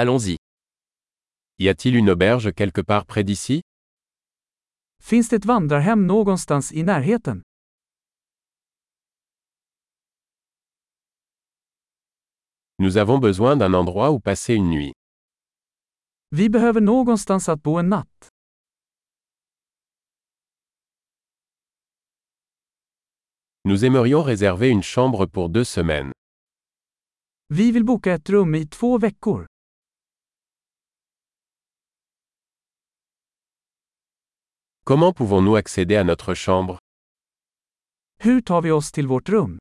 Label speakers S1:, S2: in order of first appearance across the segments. S1: Allons-y. Y a-t-il une auberge quelque part près d'ici
S2: Finns det ett vandrarhem någonstans i närheten?
S1: Nous avons besoin d'un endroit où passer une nuit.
S2: Vi behöver någonstans att bo en natt.
S1: Nous aimerions réserver une chambre pour deux semaines.
S2: Vi vill boka ett rum i två veckor.
S1: Comment pouvons-nous accéder à notre chambre
S2: Hur tar vi oss till vårt rum?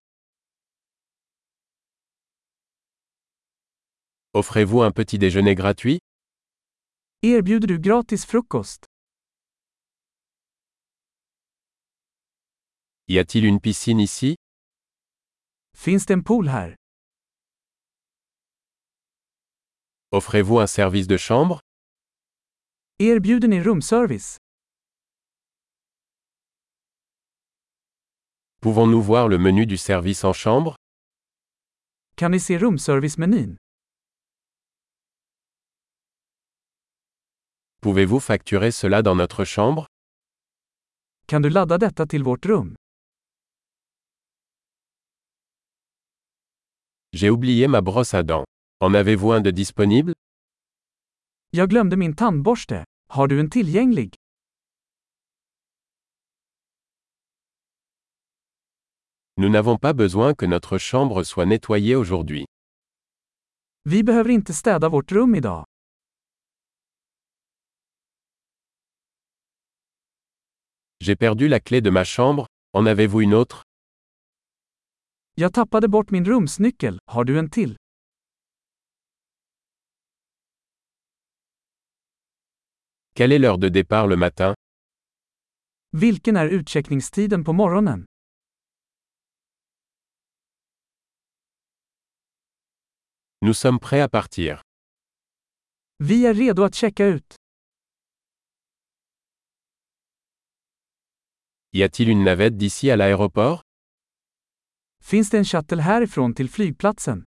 S1: Offrez-vous un petit déjeuner gratuit
S2: Erbjuder du gratis frukost?
S1: Y a-t-il une piscine ici
S2: Finns det en pool här?
S1: Offrez-vous un service de chambre
S2: Erbjuder ni rumservice?
S1: Pouvons-nous voir le menu du service en chambre
S2: Kan ni se rumservicemenyn?
S1: Pouvez-vous facturer cela dans notre chambre
S2: Kan du ladda detta till vårt rum?
S1: J'ai oublié ma brosse à dents. En avez-vous un de disponible
S2: Jag glömde min tandborste. Har du en tillgänglig?
S1: Nous n'avons pas besoin que notre chambre soit nettoyée aujourd'hui.
S2: Vi behöver inte städa vårt rum idag.
S1: J'ai perdu la clé de ma chambre, en avez-vous une autre
S2: Jag tappade bort min rumsnyckel. Har du en till?
S1: Quelle est l'heure de départ le matin
S2: Vilken är utcheckningstiden på morgonen?
S1: Nous sommes prêts à partir.
S2: Vi är redo att checka ut.
S1: Y a-t-il une navette d'ici à l'aéroport
S2: Finns det en shuttle härifrån till flygplatsen?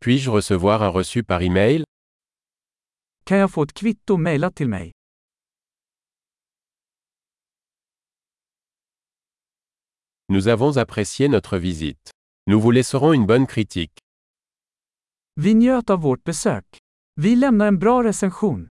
S1: Puis-je recevoir un reçu par email
S2: Kan jag få ett kvitto mejlat till mig?
S1: Nous avons apprécié notre visite. Nous vous laisserons une bonne critique.
S2: Vi njöt av vårt besök. Vi lämnar en bra recension.